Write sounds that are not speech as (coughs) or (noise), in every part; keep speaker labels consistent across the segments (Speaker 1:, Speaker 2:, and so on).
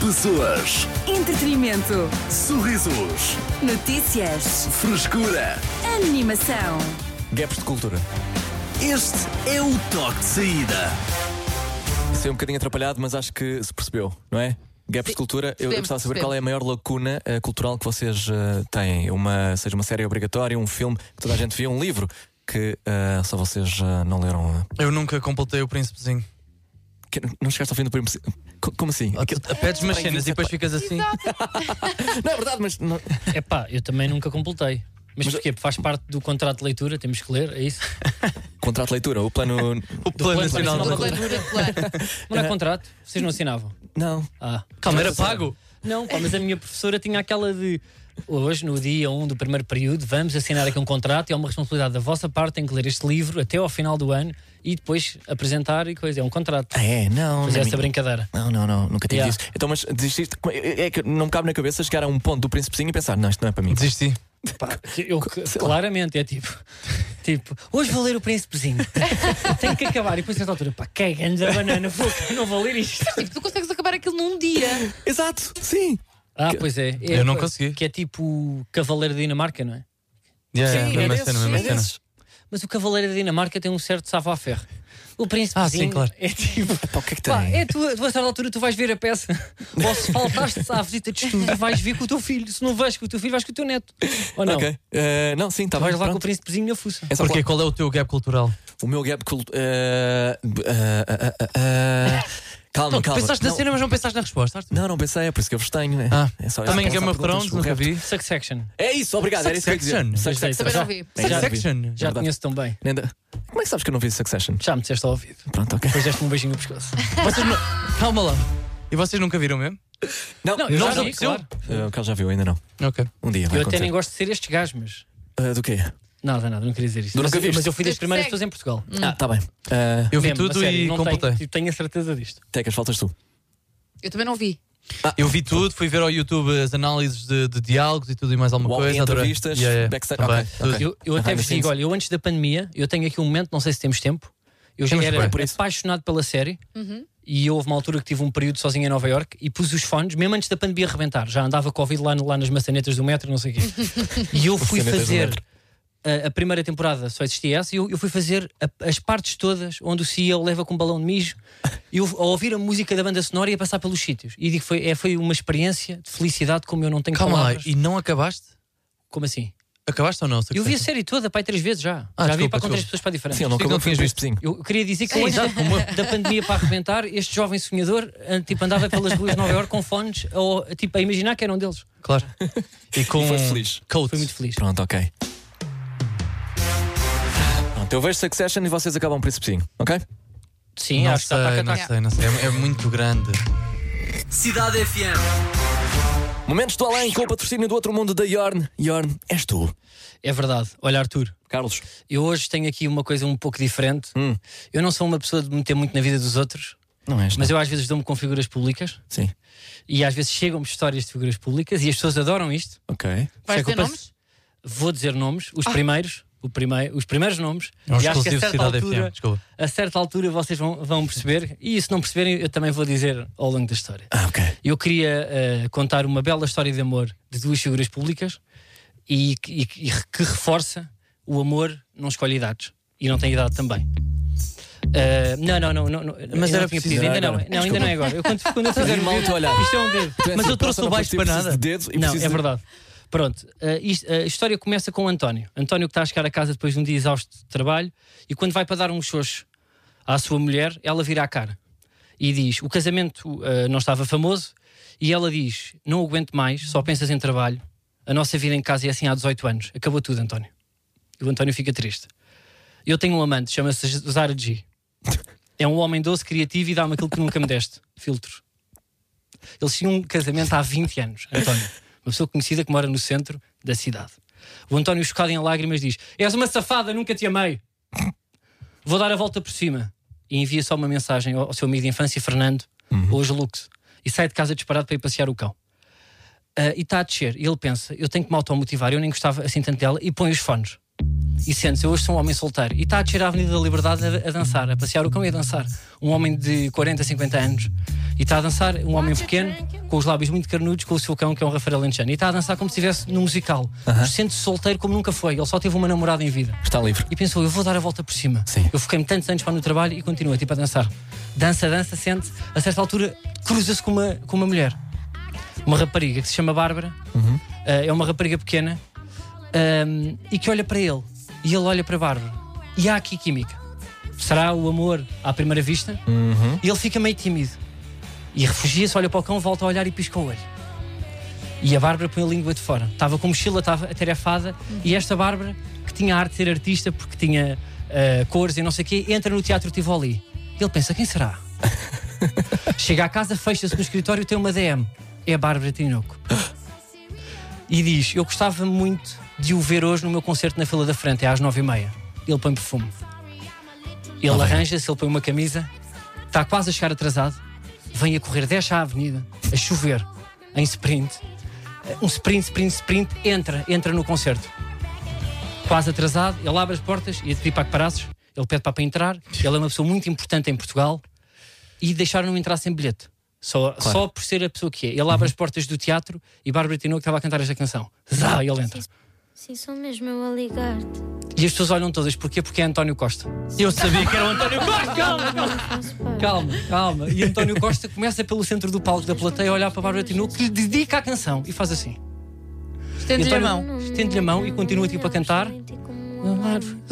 Speaker 1: Pessoas,
Speaker 2: Entretenimento.
Speaker 1: sorrisos,
Speaker 2: Notícias.
Speaker 1: frescura.
Speaker 2: Animação.
Speaker 3: Gaps de cultura.
Speaker 1: Este é o toque de saída.
Speaker 3: Sei um bocadinho atrapalhado, mas acho que se percebeu, não é? Gaps de cultura, eu, eu
Speaker 4: percebemos,
Speaker 3: gostava de saber
Speaker 4: percebemos.
Speaker 3: qual é a maior lacuna eh, cultural que vocês eh, têm. Uma, seja uma série obrigatória, um filme que toda a gente viu, um livro que eh, só vocês eh, não leram. eh.
Speaker 5: Eu nunca completei o príncipezinho.
Speaker 3: Que- não chegaste ao fim do primeiro. Co- Como assim? Aquilo-
Speaker 5: Pedes umas cenas e depois ficas assim.
Speaker 3: Não é verdade, mas. não-
Speaker 6: É pá, eu também nunca completei. Mas, porquê? Porque Faz parte do contrato de leitura, temos que ler, é isso?
Speaker 3: Contrato de leitura, o plano.
Speaker 5: O (laughs) plano nacional
Speaker 6: Plano
Speaker 5: da
Speaker 6: Nacional
Speaker 5: leitura. (laughs)
Speaker 6: Mas não é contrato, vocês não assinavam.
Speaker 3: Não.
Speaker 6: Ah.
Speaker 5: Calma, era pago.
Speaker 6: Não, pá, mas a minha professora tinha aquela de hoje, no dia 1 do primeiro período, vamos assinar aqui um contrato e é uma responsabilidade da vossa parte, tem que ler este livro até ao final do ano e depois apresentar e coisa. É um contrato.
Speaker 3: Ah, é, não. não
Speaker 6: Fazer
Speaker 3: é
Speaker 6: essa
Speaker 3: minha-
Speaker 6: brincadeira.
Speaker 3: Não, não, não, nunca tive
Speaker 6: Yeah.
Speaker 3: isso. Então, mas desististe. É que não me cabe na cabeça chegar a um ponto do príncipezinho e pensar, não, isto não é para mim.
Speaker 5: Desisti.
Speaker 6: Eu, claramente, é tipo. (laughs) Tipo, hoje vou ler o príncipezinho. (laughs) Tenho que acabar. E depois, a certa altura, pá, cagando a banana, vou, não vou ler isto.
Speaker 4: Tipo, tu consegues acabar aquilo num dia.
Speaker 3: Exato, sim.
Speaker 6: Ah, pois é. É
Speaker 5: Eu não
Speaker 6: co-
Speaker 5: consegui.
Speaker 6: Que é tipo o Cavaleiro da Dinamarca, não é?
Speaker 5: Yeah,
Speaker 3: Sim, é
Speaker 5: mesma
Speaker 3: desses,
Speaker 5: cena, mesma
Speaker 3: é
Speaker 5: cena.
Speaker 3: desses.
Speaker 6: Mas o Cavaleiro da Dinamarca tem um certo safa a ferro. O príncipe
Speaker 5: Ah, sim, claro.
Speaker 6: é
Speaker 5: (laughs)
Speaker 6: tipo.
Speaker 3: Pá, o que é que tem?
Speaker 6: Pá, é tu, tu a certa altura tu vais ver a peça. (laughs) Ou se faltaste à visita de estudo, vais ver com o teu filho. Se não vais com o teu filho, vais com o teu neto. Ou não?
Speaker 3: Ok. Eh, não, sim, está bem.
Speaker 6: Vais lá com o
Speaker 3: pronto.
Speaker 6: príncipezinho na fuça.
Speaker 3: É só
Speaker 5: Então, Porquê?
Speaker 3: porque
Speaker 5: Qual é o teu gap cultural?
Speaker 3: o meu gap cult. eh, b- eh, eh, eh,
Speaker 5: (laughs)
Speaker 3: eh, calma,
Speaker 5: Não, Então, tu
Speaker 3: calma.
Speaker 5: pensaste na
Speaker 3: não,
Speaker 5: cena, mas não pensaste na resposta. Arthur.
Speaker 3: não, não pensei, é por isso que eu vos tenho. né?
Speaker 5: Ah,
Speaker 3: É só- é só
Speaker 5: também
Speaker 3: pensar
Speaker 5: Game of
Speaker 3: perguntas,
Speaker 5: Thrones,
Speaker 3: o
Speaker 5: nunca
Speaker 3: resto-
Speaker 5: vi.
Speaker 6: Succession.
Speaker 3: É isso, obrigado. Era isso que eu ia dizer.
Speaker 5: Succession.
Speaker 3: Succession.
Speaker 4: Também não vi.
Speaker 3: Já vi.
Speaker 5: Succession.
Speaker 6: Já
Speaker 3: Verdade.
Speaker 6: conheço tão bem.
Speaker 3: Nem da- Como é que sabes que eu não vi Succession?
Speaker 6: Já me disseste ao ouvido.
Speaker 3: Pronto, ok.
Speaker 6: Depois deste-me um beijinho no pescoço.
Speaker 5: Vocês não... Calma lá. E vocês nunca viram mesmo?
Speaker 3: Não,
Speaker 6: Não, eu
Speaker 5: não
Speaker 6: já
Speaker 5: vos
Speaker 6: vi,
Speaker 5: apeteceu?
Speaker 6: claro.
Speaker 3: Eh, o Carlos já viu, ainda não.
Speaker 5: Ok.
Speaker 3: Um dia. vai
Speaker 6: Eu até
Speaker 3: acontecer.
Speaker 6: nem gosto de ser estes gajos, mas.
Speaker 3: Eh, do quê?
Speaker 6: Nada, nada, não queria dizer isso.
Speaker 3: Tu
Speaker 6: Mas,
Speaker 3: nunca viste?
Speaker 6: mas eu fui das
Speaker 4: Desde que
Speaker 6: primeiras
Speaker 4: segue.
Speaker 6: pessoas em Portugal.
Speaker 5: Hum.
Speaker 3: Ah, tá bem. Eh,
Speaker 5: Eu vi
Speaker 6: Mesmo,
Speaker 5: tudo
Speaker 6: a sério,
Speaker 5: e
Speaker 6: não
Speaker 5: completei.
Speaker 6: Tenho, tipo, tenho a certeza disto.
Speaker 3: Tecas, faltas tu.
Speaker 4: Eu também não vi.
Speaker 5: Eu vi tudo, fui ver ao YouTube as análises de, de diálogos e tudo e mais alguma
Speaker 3: Uau,
Speaker 5: coisa. adorei.
Speaker 3: entrevistas, backstage,
Speaker 5: Também,
Speaker 3: ok,
Speaker 5: tudo.
Speaker 3: ok.
Speaker 6: Eu, eu até
Speaker 3: Behind
Speaker 6: vos
Speaker 3: the scenes.
Speaker 6: digo, olha, eu antes da pandemia, eu tenho aqui um momento, não sei se temos tempo. Eu já
Speaker 5: Temos
Speaker 6: era
Speaker 5: tempo,
Speaker 3: é por isso.
Speaker 6: apaixonado pela série e houve uma altura que tive um período sozinho em Nova York e pus os fones, mesmo antes da pandemia arrebentar. Já andava Covid lá, no- lá nas maçanetas do metro, não sei o quê. e eu fui
Speaker 3: Maçanetas do
Speaker 6: fazer.
Speaker 3: metro.
Speaker 6: A, a primeira temporada só existia essa e eu, eu fui fazer a- as partes todas onde o CEO leva com um balão de mijo e eu, a ouvir a música da banda sonora e a passar pelos sítios. E digo, foi, é, foi uma experiência de felicidade como eu não tenho
Speaker 5: Calma lá,
Speaker 6: palavras.
Speaker 5: e não acabaste?
Speaker 6: Como assim?
Speaker 5: Acabaste ou não?
Speaker 6: Eu vi assim. a série toda, pai, três vezes já.
Speaker 5: Ah,
Speaker 6: já vi
Speaker 5: desculpa,
Speaker 6: para com três
Speaker 5: desculpa.
Speaker 6: pessoas para diferentes.
Speaker 3: Sim, ele não
Speaker 5: Sim,
Speaker 3: acabou
Speaker 5: não
Speaker 3: de ver o
Speaker 5: tinhas visto.
Speaker 3: príncipezinho.
Speaker 6: Eu queria dizer que antes (laughs) da pandemia para arrebentar, este jovem sonhador eh, tipo, andava pelas ruas de Nova Iorque com fones ou, tipo, a imaginar que era um deles.
Speaker 5: Claro. E com.
Speaker 3: E foi feliz.
Speaker 5: Coat.
Speaker 6: Foi muito feliz.
Speaker 3: Pronto, ok. Pronto, eu vejo Succession e vocês acabam o príncipezinho, ok?
Speaker 6: Sim,
Speaker 5: Não
Speaker 6: acho que está
Speaker 5: sei, não
Speaker 6: para cá.
Speaker 5: sei, não sei. É, é muito grande.
Speaker 1: Cidade FM.
Speaker 3: Momentos do além com o patrocínio do outro mundo da Yorn. Yorn, és tu.
Speaker 6: É verdade. Olha, Arthur,
Speaker 3: Carlos,
Speaker 6: eu hoje tenho aqui uma coisa um pouco diferente. Eu não sou uma pessoa de me meter muito na vida dos outros,
Speaker 3: não és?
Speaker 6: mas eu às vezes dou-me com figuras públicas
Speaker 3: Sim.
Speaker 6: e às vezes chegam-me histórias de figuras públicas e as pessoas adoram isto.
Speaker 3: Ok.
Speaker 6: Sei
Speaker 4: Vais
Speaker 6: que eu
Speaker 4: ter
Speaker 6: passo-
Speaker 4: nomes? Ah.
Speaker 6: Vou dizer nomes, os primeiros, o primeiro, os primeiros nomes.
Speaker 5: É um
Speaker 6: e acho que a
Speaker 5: exclusivo
Speaker 6: certa,
Speaker 5: Cidade
Speaker 6: altura,
Speaker 5: FM. Desculpa.
Speaker 6: a certa altura vocês vão, vão perceber, e se não perceberem, eu também vou dizer ao longo da história.
Speaker 3: Ah, ok.
Speaker 6: Eu queria eh, contar uma bela história de amor de duas figuras públicas e, que- e que- e que reforça o amor não escolhe idades e não tem idade também. Eh, não, não, não, não, não,
Speaker 5: Mas
Speaker 6: ainda
Speaker 5: era
Speaker 6: não tinha
Speaker 5: preciso,
Speaker 6: pedido,
Speaker 3: era
Speaker 6: ainda não,
Speaker 3: agora.
Speaker 6: não, ainda não é agora. Eu, quando, quando eu fizer
Speaker 3: Fazer mal o teu olhar.
Speaker 6: Isto é um dedo. Mas eu trouxe o baixo para nada.
Speaker 3: De dedos e
Speaker 6: Não,
Speaker 3: preciso
Speaker 6: é
Speaker 3: de-
Speaker 6: verdade. Pronto, eh, isto- a história começa com o António. António que está a chegar a casa depois de um dia exausto de trabalho e quando vai para dar um xoxo à sua mulher, ela vira a cara e diz: O casamento eh, não estava famoso e ela diz: Não aguento mais, só pensas em trabalho. A nossa vida em casa é assim há 18 anos. Acabou tudo, António. E o António fica triste. Eu tenho um amante, chama-se Zara G. É um homem doce, criativo e dá-me aquilo que nunca me deste: filtros. Eles tinham um casamento há 20 anos, António. Uma pessoa conhecida que mora no centro da cidade. O António, chocado em lágrimas, diz: És uma safada, nunca te amei. Vou dar a volta por cima. E envia só uma mensagem ao ao seu amigo de infância, Fernando, hoje Lux. E sai de casa disparado para ir passear o cão. Ah, e está a descer. E ele pensa: Eu tenho que me automotivar, eu nem gostava assim tanto dela. E põe os fones. E sente-se: Eu hoje sou um homem solteiro. E está a descer a Avenida da Liberdade a, a dançar, a passear o cão e a dançar. Um homem de 40, 50 anos. E E está a dançar um homem pequeno, com os lábios muito carnudos, com o seu cão, que é um Rafael Alentejano. E está a dançar como se estivesse num musical. Sente-se solteiro como nunca foi. Ele só teve uma namorada em vida.
Speaker 3: Está livre.
Speaker 6: E pensou, eu vou dar a volta por cima.
Speaker 3: Sim.
Speaker 6: Eu foquei-me tantos anos para no trabalho e continua, tipo, a dançar. Dança, dança, sente. A certa altura, cruza-se com uma, com uma mulher. Uma rapariga que se chama Bárbara. Eh, é uma rapariga pequena. ehm, e que olha para ele. E ele olha para a Bárbara. E há aqui química. Será o amor à primeira vista? E ele fica meio tímido. E refugia-se, olha para o cão, volta a olhar e pisca o olho. E a Bárbara põe a língua de fora. Estava com mochila, estava atarefada. E esta Bárbara, que tinha a arte de ser artista porque tinha ah, cores e não sei o quê, entra no Teatro Tivoli. Ele pensa: quem será? Chega à casa, fecha-se no escritório, tem uma DM. É a Bárbara Tinoco. E diz: Eu gostava muito de o ver hoje no meu concerto na fila da frente, é às nove e meia. Ele põe perfume. Ele arranja-se, ele põe uma camisa, está quase a chegar atrasado, vem a correr, deixa a avenida, a chover, em sprint um sprint, sprint, sprint, entra, entra no concerto. Quase atrasado, ele abre as portas e é a pedir para que parasses, ele pede para para entrar, ele é uma pessoa muito importante em Portugal e deixaram-no entrar sem bilhete. Só, só por ser a pessoa que é. Ele abre as portas do teatro e Bárbara Tinoco estava a cantar esta canção. Zá, ele entra.
Speaker 7: Sim, sou mesmo eu a ligar-te.
Speaker 6: E as pessoas olham todas, porquê? Porque é António Costa. Eu sabia que era o António Costa! Calma, calma, calma, calma. E António Costa começa pelo centro do palco da plateia a olhar para Bárbara Tinoco, que lhe dedica a canção e faz assim.
Speaker 4: Estende-lhe a
Speaker 6: António
Speaker 4: mão.
Speaker 6: Estende-lhe a mão e continua tipo a cantar.
Speaker 7: um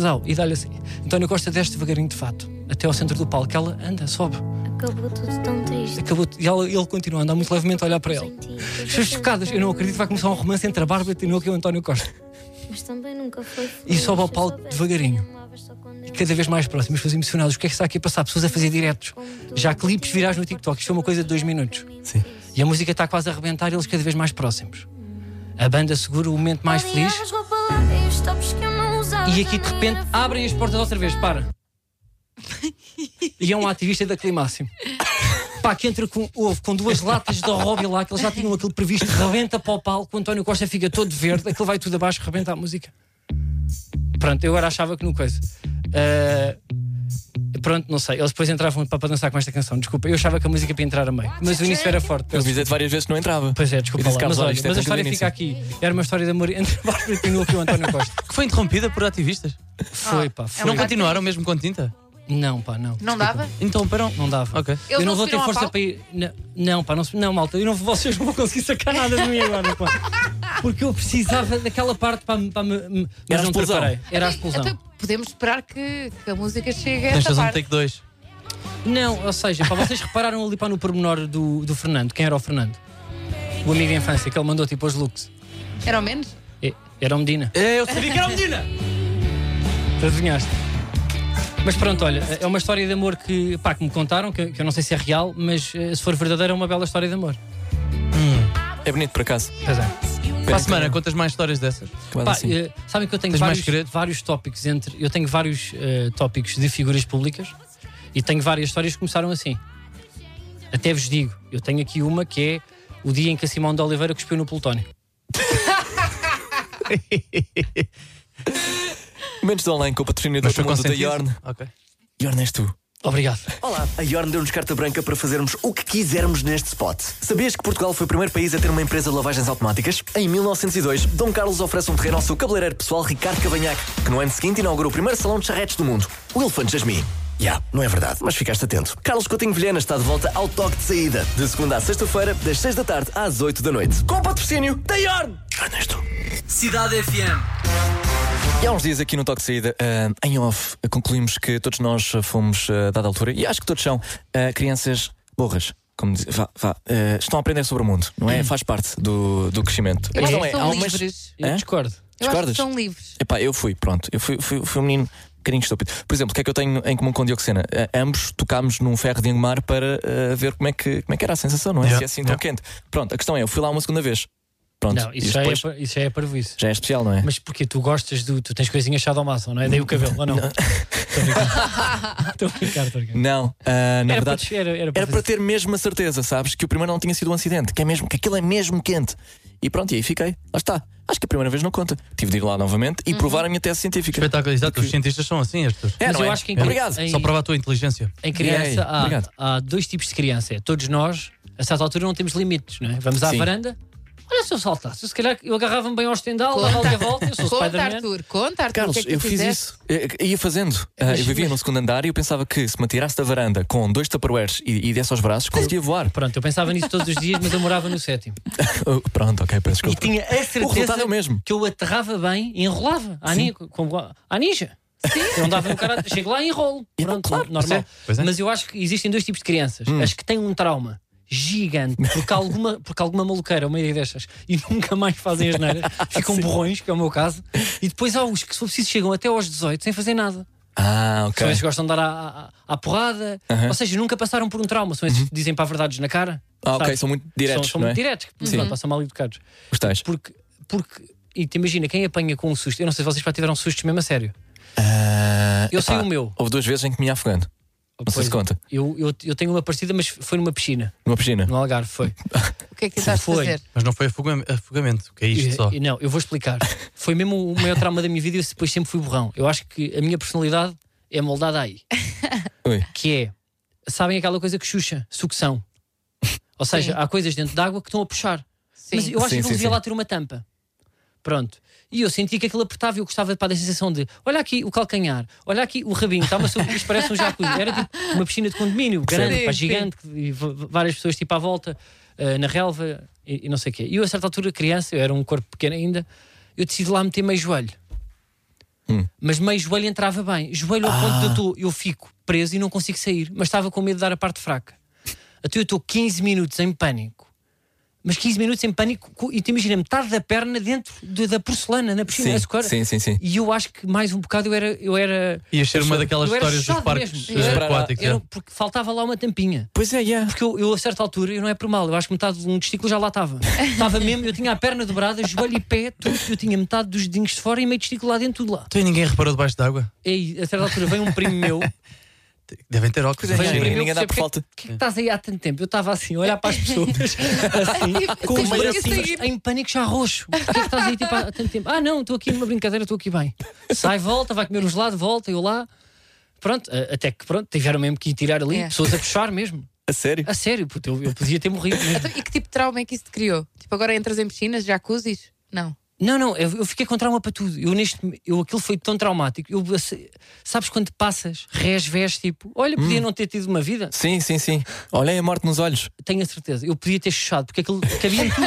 Speaker 6: Zau, e dá-lhe assim. António Costa desce devagarinho de fato, até ao centro do palco. Ela anda, sobe.
Speaker 7: Acabou tudo tão triste.
Speaker 6: Acabou e ela- ele continua a andar muito levemente a olhar para
Speaker 7: sem
Speaker 6: ele.
Speaker 7: ti.
Speaker 6: Estou chocadas, eu não acredito que vai começar um romance entre a Bárbara Tinoco e o António Costa.
Speaker 7: Mas também nunca foi
Speaker 6: E
Speaker 7: feliz.
Speaker 6: sobe ao
Speaker 7: Se eu
Speaker 6: palco
Speaker 7: soubesse
Speaker 6: devagarinho.
Speaker 7: que me amavas só quando eu-
Speaker 6: Cada vez mais próximas, pessoas emocionadas. O que é que está aqui a passar? Pessoas a fazer diretos. Já clipes virais no TikTok. Isto foi uma coisa de dois minutos.
Speaker 3: Sim.
Speaker 6: E a música está quase a arrebentar e eles cada vez mais próximos. A banda segura o momento mais feliz.
Speaker 7: Aliás, roupa lá, e os tops que eu não usava
Speaker 6: E aqui de
Speaker 7: também
Speaker 6: repente
Speaker 7: era
Speaker 6: abrem as portas outra vez, para. E é um ativista da Climáximo. Pá, que entra com ovo, com duas latas de hobby lá, que eles já tinham aquilo previsto, rebenta para o palco, o António Costa fica todo verde, aquilo vai tudo abaixo, rebenta a música. Pronto, eu agora achava que não coisa. Ah, pronto, não sei. Eles depois entravam para dançar com esta canção, desculpa. Eu achava que a música ia entrar a meio, mas o início era forte.
Speaker 3: Eu dizer várias vezes que não entrava.
Speaker 6: Pois é,
Speaker 3: E
Speaker 6: desculpa
Speaker 3: disse,
Speaker 6: lá.
Speaker 3: Carlos,
Speaker 6: Mas, olha,
Speaker 3: olha, isto é
Speaker 6: mas a
Speaker 3: apenas o
Speaker 6: história fica aqui. Era uma história de amor entre (laughs) a Bárbara Tinoco e o António Costa.
Speaker 5: Que foi interrompida por ativistas.
Speaker 6: Foi, pá, foi.
Speaker 5: não continuaram mesmo com tinta?
Speaker 6: Não, pá, não.
Speaker 4: Não
Speaker 6: Desculpa.
Speaker 3: Ah.
Speaker 4: dava?
Speaker 5: Então, pera.
Speaker 6: Não dava.
Speaker 5: Ok.
Speaker 6: eu
Speaker 4: Eles
Speaker 6: não,
Speaker 4: não
Speaker 6: vou
Speaker 4: se
Speaker 6: ter
Speaker 4: viram à
Speaker 6: força
Speaker 4: pau?
Speaker 6: para ir. Não, não, pá, não, se- não malta, eu não, (laughs) vocês não vão conseguir sacar nada de mim agora, pá. Porque eu precisava daquela parte para, me- para me. me-
Speaker 3: Era
Speaker 6: mas
Speaker 3: a
Speaker 6: não
Speaker 3: explosão.
Speaker 6: preparei. Era a explosão.
Speaker 4: Então, podemos esperar que, que a música chegue
Speaker 5: Tens
Speaker 4: a
Speaker 5: de
Speaker 4: essa
Speaker 5: fazer um
Speaker 4: parte.
Speaker 5: take 2.
Speaker 6: Não, ou seja, pá, vocês repararam ali para no pormenor do, do Fernando. Quem era o Fernando? O amigo de infância que ele mandou tipo aos looks.
Speaker 4: Era ao menos?
Speaker 6: É, Era o Medina.
Speaker 3: É,
Speaker 5: Eu sabia que era menina!
Speaker 6: Tu adivinhaste. Mas pronto, olha, é uma história de amor que, pá, que me contaram, que, que eu não sei se é real, mas eh, se for verdadeira é uma bela história de amor.
Speaker 3: É bonito, por acaso.
Speaker 6: Pois é.
Speaker 5: Para a semana, contas mais histórias dessas.
Speaker 3: Quase
Speaker 6: Pá,
Speaker 3: assim.
Speaker 6: eh, sabem que eu tenho
Speaker 5: Tens mais
Speaker 6: vários,
Speaker 5: segredo?
Speaker 6: vários tópicos entre. Eu tenho vários eh, tópicos de figuras públicas e tenho várias histórias que começaram assim. Até vos digo, eu tenho aqui uma que é o dia em que a Simão de Oliveira cuspiu no Plutónio. eh,
Speaker 3: Menos de online com o patrocínio do mundo da Yorn.
Speaker 5: Ok.
Speaker 3: Yorn és tu.
Speaker 6: Obrigado.
Speaker 1: A Yorn deu-nos carta branca para fazermos o que quisermos neste spot. Sabias que Portugal foi o primeiro país a ter uma empresa de lavagens automáticas? Em 1902, Dom Carlos oferece um terreno ao seu cabeleireiro pessoal Ricardo Cavanhaque, que no ano seguinte inaugura o primeiro salão de charretes do mundo, o Elefante Jasmine. Já, não é verdade, mas ficaste atento. Carlos Coutinho Vilhena está de volta ao toque de saída, de segunda à sexta-feira, das 6 da tarde às 8 da noite. Com o patrocínio da Yorn! Yorn és tu.
Speaker 8: Cidade FM.
Speaker 3: E há uns dias aqui no Toque de Saída, eh, em off, eh, concluímos que todos nós eh, fomos, eh, a dada altura, e acho que todos são, eh, crianças burras. Como diz, vá, vá, eh, estão a aprender sobre o mundo, não
Speaker 6: Hum.
Speaker 3: é? Faz parte do, do crescimento.
Speaker 4: Eu
Speaker 3: A
Speaker 4: acho
Speaker 3: questão
Speaker 4: que
Speaker 3: é,
Speaker 4: são
Speaker 3: há umas-
Speaker 4: livres.
Speaker 6: Eu
Speaker 3: Hã?
Speaker 6: discordo.
Speaker 4: Eu acho que
Speaker 3: Discordas?
Speaker 4: são livres.
Speaker 3: Epá, eu fui, pronto. Eu fui, fui, fui um menino um bocadinho estúpido. Por exemplo, o que é que eu tenho em comum com o Dioxena? ambos tocámos num ferro de engomar ah, para eh, ver como é, que, como é que era a sensação, não é?
Speaker 5: Yeah,
Speaker 3: Se é assim tão quente. Pronto, a questão é, eu fui lá uma segunda vez. Pronto,
Speaker 6: Não,
Speaker 3: e
Speaker 6: isso já,
Speaker 3: depois-
Speaker 6: é, par- isso já é parvoíce.
Speaker 3: já é especial, não é?
Speaker 6: Mas porque tu gostas do. Tu tens coisinhas chá ao máximo, não é? Daí o
Speaker 3: (laughs)
Speaker 6: cabelo, ou não? Estou a brincar. Estou a brincar, estou a brincar.
Speaker 3: Não, ah, na
Speaker 6: Era para,
Speaker 3: verdade.
Speaker 6: descer, era, era para
Speaker 3: Era para
Speaker 6: fazer-
Speaker 3: ter mesmo a certeza, sabes? Que o primeiro não tinha sido um acidente, que, é mesmo, que aquilo é mesmo quente. E pronto, e aí fiquei. Lá está. Acho que a primeira vez não conta. Tive de ir lá novamente e provar a minha tese científica.
Speaker 5: Espetáculo, exato. Os cientistas são assim, Arthur.
Speaker 3: É,
Speaker 6: Mas
Speaker 3: não
Speaker 6: eu
Speaker 3: é?
Speaker 6: acho que em-
Speaker 3: Obrigado.
Speaker 6: em-
Speaker 5: Só prova a tua inteligência.
Speaker 6: Em criança
Speaker 3: Ei, obrigado.
Speaker 6: há, há dois tipos de criança. É, Todos nós, a certa altura, não temos limites, não é? Vamos à
Speaker 3: Sim.
Speaker 6: varanda. Olha se eu saltasse, se calhar eu agarrava-me bem ao estendal, dava ali a volta, eu sou o
Speaker 4: Conta,
Speaker 6: Spider-Man.
Speaker 4: Arthur, conta, Arthur.
Speaker 3: Carlos,
Speaker 4: o que é que
Speaker 3: eu
Speaker 4: tu
Speaker 3: fiz
Speaker 4: fizeste?
Speaker 3: isso. Eu- Ia fazendo. Ah, eu vivia no segundo andar e eu pensava que se me atirasse da varanda com dois taparoeiros e, e desse aos braços, conseguia voar.
Speaker 6: Pronto, eu pensava nisso todos os dias, mas eu morava no sétimo.
Speaker 3: Oh, Pronto, ok, peço
Speaker 6: E
Speaker 3: desculpa.
Speaker 6: tinha a
Speaker 3: O resultado é
Speaker 6: certeza
Speaker 3: o mesmo.
Speaker 6: que eu aterrava bem e enrolava. À, ni, como, à ninja. Eu andava no cara, chego lá e enrolo.
Speaker 3: E não,
Speaker 6: Pronto,
Speaker 3: claro,
Speaker 6: normal.
Speaker 5: pois é.
Speaker 6: Mas eu acho que existem dois tipos de crianças.
Speaker 3: Hum.
Speaker 6: As que têm um trauma gigante, porque alguma, porque alguma maluqueira, uma ideia destas, e nunca mais fazem as
Speaker 3: (laughs)
Speaker 6: neiras, ficam borrões, que é o meu caso, e depois há os que, se for preciso, chegam até aos 18 sem fazer nada.
Speaker 3: Ah, ok.
Speaker 6: São esses que gostam de dar à, à- à porrada, ou seja, nunca passaram por um trauma. São esses que dizem para verdades na cara.
Speaker 3: Uhum. Ah, ok,
Speaker 6: sabes?
Speaker 3: são muito diretos,
Speaker 6: São, são
Speaker 3: não é?
Speaker 6: muito diretos, que,
Speaker 3: Sim.
Speaker 6: pronto, são mal educados.
Speaker 3: Gostais.
Speaker 6: Porque, porque e te imagina, quem apanha com um susto, eu não sei se vocês já tiveram sustos mesmo a sério.
Speaker 3: Ah,
Speaker 6: Eu sei
Speaker 3: epá,
Speaker 6: o meu.
Speaker 3: Houve duas vezes em que me ia afogando. Não sei se
Speaker 6: Pois,
Speaker 3: conta.
Speaker 6: Eu, eu, eu tenho uma parecida, mas foi numa piscina,
Speaker 3: Numa piscina.
Speaker 6: no Algarve, foi.
Speaker 4: O que é que tentaste
Speaker 6: Foi.
Speaker 3: (laughs)
Speaker 4: fazer?
Speaker 5: Mas não foi afogam- afogamento, que é isto só.
Speaker 6: E- e não, eu vou explicar. Foi mesmo o maior trauma da minha vida e eu depois sempre fui borrão. Eu acho que a minha personalidade é moldada aí.
Speaker 3: (laughs) Ui.
Speaker 6: Que é, sabem aquela coisa que xuxa, sucção. Ou seja,
Speaker 4: Sim.
Speaker 6: há coisas dentro d'água que estão a puxar.
Speaker 4: Sim.
Speaker 6: Mas eu acho
Speaker 3: Sim,
Speaker 6: que
Speaker 3: sim,
Speaker 6: ele devia
Speaker 3: sim.
Speaker 6: lá ter uma tampa. Pronto. E eu sentia que aquilo apertava e eu gostava pá, da sensação de olha aqui o calcanhar, olha aqui o rabinho, está uma sub- isto parece um jacuzzi. Era tipo uma piscina de condomínio, grande,
Speaker 4: Sim,
Speaker 6: pá,
Speaker 4: sim.
Speaker 6: gigante, e v- v- várias pessoas tipo à volta, eh, na relva e, e não sei o quê. E eu, a certa altura, criança, eu era um corpo pequeno ainda, eu decidi lá meter meio joelho. Mas meio joelho entrava bem. Joelho ao ponto de eu, tô- eu fico preso e não consigo sair, mas estava com medo de dar a parte fraca. Até eu estou 15 minutos em pânico. Mas 15 minutos em pânico co- e te imagina metade da perna dentro de- da porcelana na piscina
Speaker 3: Sim,
Speaker 6: da Socorro.
Speaker 3: sim, sim, sim.
Speaker 6: E eu acho que mais um bocado eu era. Eu era
Speaker 5: Ias ser uma daquelas
Speaker 6: eu era
Speaker 5: histórias dos
Speaker 6: chado
Speaker 5: parques
Speaker 6: mesmo.
Speaker 5: eh,
Speaker 6: Eu era-
Speaker 5: aquáticos.
Speaker 6: eu
Speaker 5: é.
Speaker 6: não- porque faltava lá uma tampinha.
Speaker 3: Pois é, yeah.
Speaker 6: Porque eu, eu, a certa altura, eu não é por mal, eu acho que metade de um testículo já lá estava. Estava mesmo, eu tinha a perna dobrada, joelho e pé, tudo, eu tinha metade dos dedinhos de fora e meio testículo lá dentro, tudo lá.
Speaker 5: Então e ninguém reparou debaixo d'água?
Speaker 6: E aí, a certa altura, veio um primo meu
Speaker 5: Devem ter óculos.
Speaker 3: Sim,
Speaker 6: Veja,
Speaker 5: imagina.
Speaker 6: primeiro,
Speaker 3: é, ninguém dá
Speaker 6: percebe
Speaker 3: por
Speaker 6: que-
Speaker 3: falta.
Speaker 6: O que é que estás aí há tanto tempo? Eu estava assim, a olhar para as pessoas, assim, com os
Speaker 4: Tenho que
Speaker 6: bracinhos
Speaker 4: sair.
Speaker 6: em pânico já roxo. Por que é que estás aí tipo, há tanto tempo? Ah, não, estou aqui numa brincadeira, estou aqui bem. Sai, volta, vai comer um gelado, volta, eu lá. Pronto, a- até que pronto, tiveram mesmo que ir tirar ali,
Speaker 4: É.
Speaker 6: pessoas a puxar mesmo.
Speaker 3: A
Speaker 6: (laughs)
Speaker 3: sério?
Speaker 6: A sério, puto, eu, eu podia ter morrido mesmo.
Speaker 4: Então, E que tipo de trauma é que isso te criou? Tipo, agora entras em piscinas, jacuzzis? Não.
Speaker 6: Não, não, eu, eu fiquei com trauma para tudo. Eu neste, eu, aquilo foi tão traumático. Eu, se- sabes quando passas, resves, tipo, olha, podia não ter tido uma vida.
Speaker 3: Sim, sim, sim. Olhei a morte nos olhos.
Speaker 6: tenho a certeza, eu podia ter chuchado, porque aquilo cabia em tudo.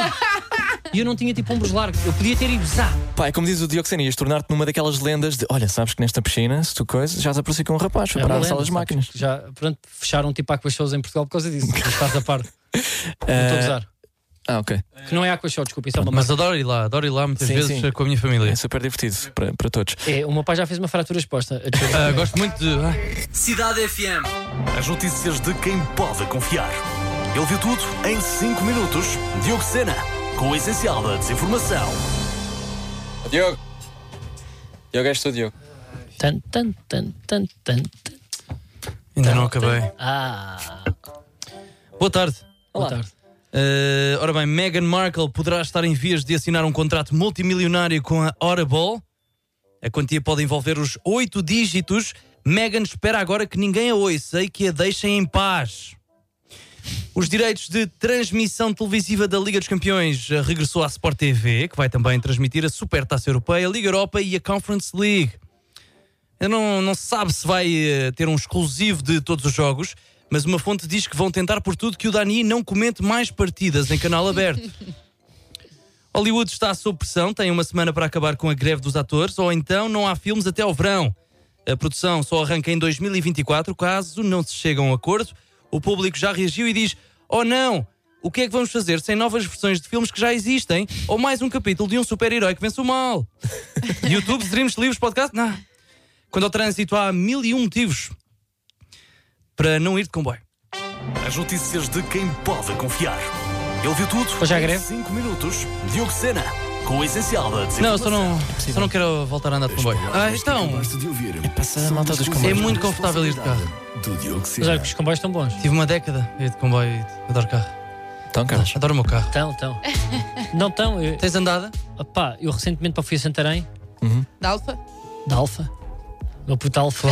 Speaker 6: E eu não tinha tipo ombros largos, eu podia ter ido zá.
Speaker 3: Pá, é como diz o Dioxenia, ias tornar-te numa daquelas lendas de olha, sabes que nesta piscina, se tu coisa, já se aproxima com um rapaz, foi parar
Speaker 6: É uma
Speaker 3: a
Speaker 6: lenda,
Speaker 3: sala das
Speaker 6: sabes?
Speaker 3: máquinas.
Speaker 6: Já, pronto, fecharam tipo aquas shows em Portugal por causa disso. Mas Estás a par. Não Estou a gozar.
Speaker 3: Ah, ok.
Speaker 6: Que não é aquas show, desculpa, isso é uma
Speaker 5: Mas adoro ir lá, adoro ir lá muitas
Speaker 3: Sim,
Speaker 5: vezes
Speaker 3: sim.
Speaker 5: eh, com a minha família.
Speaker 3: É super divertido para, para todos.
Speaker 6: É, o meu pai já fez uma fratura exposta. A descer.
Speaker 5: Ah, gosto muito de. ah,
Speaker 1: Cidade FM.
Speaker 8: As notícias de quem pode confiar. Ele viu tudo em 5 minutos. Diogo Sena, com o essencial da desinformação.
Speaker 3: Diogo! Diogo, és tu, Diogo.
Speaker 6: Tan, tan, tan, tan, tan.
Speaker 5: Ainda não acabei.
Speaker 6: Ah,
Speaker 5: Boa tarde.
Speaker 6: boa tarde.
Speaker 5: Eh, ora bem, Meghan Markle poderá estar em vias de assinar um contrato multimilionário com a Audible. A quantia pode envolver os oito dígitos. Meghan espera agora que ninguém a ouça e que a deixem em paz. Os direitos de transmissão televisiva da Liga dos Campeões eh, regressou à Sport TV, que vai também transmitir a Supertaça Europeia, a Liga Europa e a Conference League. Eu não, não se sabe se vai eh, ter um exclusivo de todos os jogos, mas uma fonte diz que vão tentar por tudo que o Dani não comente mais partidas em canal aberto. Hollywood está sob pressão, tem uma semana para acabar com a greve dos atores, ou então não há filmes até ao verão. A produção só arranca em 2024, caso não se chegue a um acordo. O público já reagiu e diz: Oh não! O que é que vamos fazer sem novas versões de filmes que já existem? Ou mais um capítulo de um super-herói que vence o mal? YouTube, streams, livros, podcast? Não. Quando ao trânsito há mil e um motivos para não ir de comboio.
Speaker 8: As notícias de quem pode confiar. Ele viu tudo
Speaker 6: Hoje há
Speaker 8: em
Speaker 6: greve?
Speaker 8: 5 minutos. Diogo Sena, com o essencial da
Speaker 5: Não, eu
Speaker 8: desinformação.
Speaker 5: só não, só não quero voltar a andar de comboio. Ah, então,
Speaker 3: Passa a malta dos
Speaker 5: é
Speaker 3: comboios.
Speaker 5: muito confortável ir de carro.
Speaker 6: Mas olha que os comboios estão bons.
Speaker 5: Tive uma década a ir de comboio e adoro carro.
Speaker 3: Então, Carlos.
Speaker 5: Adoro o meu carro.
Speaker 6: Estão, estão. Não estão. Eu,
Speaker 5: Tens andada?
Speaker 6: opá, eu recentemente para fui a Santarém,
Speaker 4: Da Alfa?
Speaker 6: da Alfa. Meu
Speaker 5: (laughs)
Speaker 6: puto Alfa.